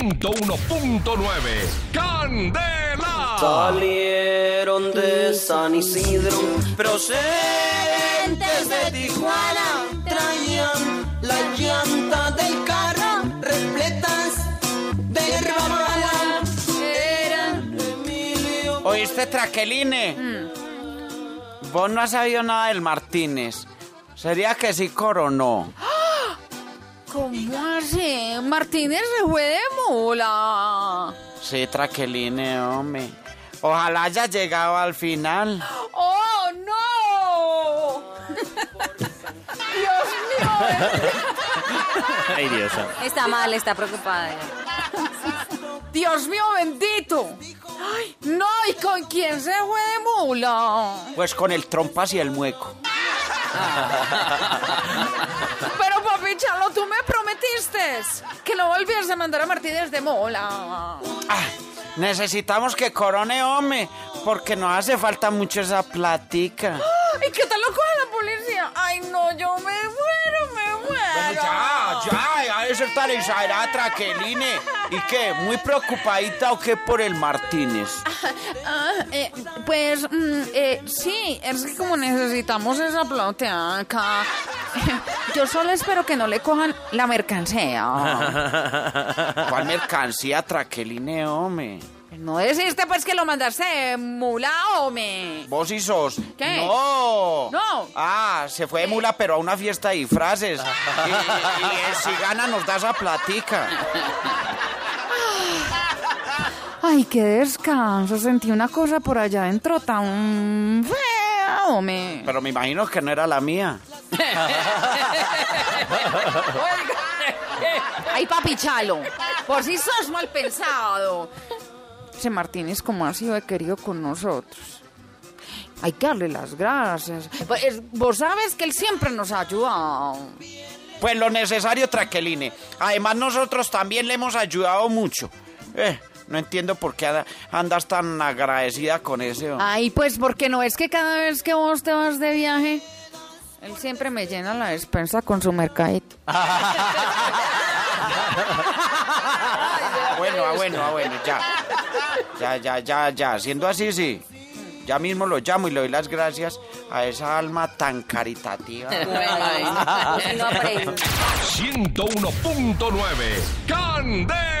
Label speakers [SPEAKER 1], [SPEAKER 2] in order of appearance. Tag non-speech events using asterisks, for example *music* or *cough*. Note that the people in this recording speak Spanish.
[SPEAKER 1] 101.9 Candela.
[SPEAKER 2] Salieron de San Isidro, procedentes de Tijuana, traían las llantas del carro repletas de hierba mala. Eran Emilio. Mm.
[SPEAKER 3] ¿Oíste, Traqueline? Vos no has sabido nada del Martínez. ¿Sería que sí coronó?
[SPEAKER 4] ¿Cómo hace? Martínez se fue de mula.
[SPEAKER 3] Sí, Traqueline, hombre. Ojalá haya llegado al final.
[SPEAKER 4] ¡Oh, no! *laughs* ¡Dios mío!
[SPEAKER 5] Ay, Dios.
[SPEAKER 6] Está mal, está preocupada.
[SPEAKER 4] ¡Dios mío bendito! ¡Ay, no! ¿Y con quién se fue de mula?
[SPEAKER 3] Pues con el trompas y el mueco.
[SPEAKER 4] Pero, papi Charlo, tú me prometiste que lo volvías a mandar a Martínez de mula.
[SPEAKER 3] Ah, necesitamos que corone, hombre, porque nos hace falta mucho esa platica.
[SPEAKER 4] ¿Y qué tal lo coge la policía? ¡Ay, no! ¡Yo me muero, me muero!
[SPEAKER 3] Ya, ya, ya de ser tan exagerada, Traqueline. ¿Y qué? ¿Muy preocupadita o qué por el Martínez?
[SPEAKER 4] Ah, eh, pues mm, eh, sí, es que como necesitamos esa acá. *laughs* Yo solo espero que no le cojan la
[SPEAKER 3] *laughs*
[SPEAKER 4] mercancía.
[SPEAKER 3] ¿Cuál mercancía, Traqueline, hombre?
[SPEAKER 4] No deciste pues que lo mandaste de mula, hombre.
[SPEAKER 3] Vos y sos.
[SPEAKER 4] ¿Qué?
[SPEAKER 3] ¡No!
[SPEAKER 4] No.
[SPEAKER 3] Ah, se fue de mula, pero a una fiesta de disfraces.
[SPEAKER 4] Ah.
[SPEAKER 3] y, y- y si gana, nos da esa platica.
[SPEAKER 4] Ay, qué descanso. Sentí una cosa por allá adentro tan fea, hombre.
[SPEAKER 3] Pero me imagino que no era la mía.
[SPEAKER 4] Ay, papi Chalo, por si sos mal pensado. Ese Martínez, como ha sido de querido con nosotros. Hay que darle las gracias. Pues, es- Vos sabes que él siempre nos ha ayudado.
[SPEAKER 3] Pues lo necesario, Traqueline. Además, nosotros también le hemos ayudado mucho. Eh, no entiendo por qué ada- andas tan agradecida con ese. hombre.
[SPEAKER 4] Ay, pues porque no es que cada vez que vos te vas de viaje, él siempre me llena la despensa con su mercadito.
[SPEAKER 3] Ah, bueno, ah, bueno, ah, bueno, ya. Ya, ya, ya, ya. Siendo así, sí. Ya mismo lo llamo y le doy las gracias a esa alma tan caritativa.
[SPEAKER 6] Bueno, no, pero-
[SPEAKER 1] 101.9 Candela.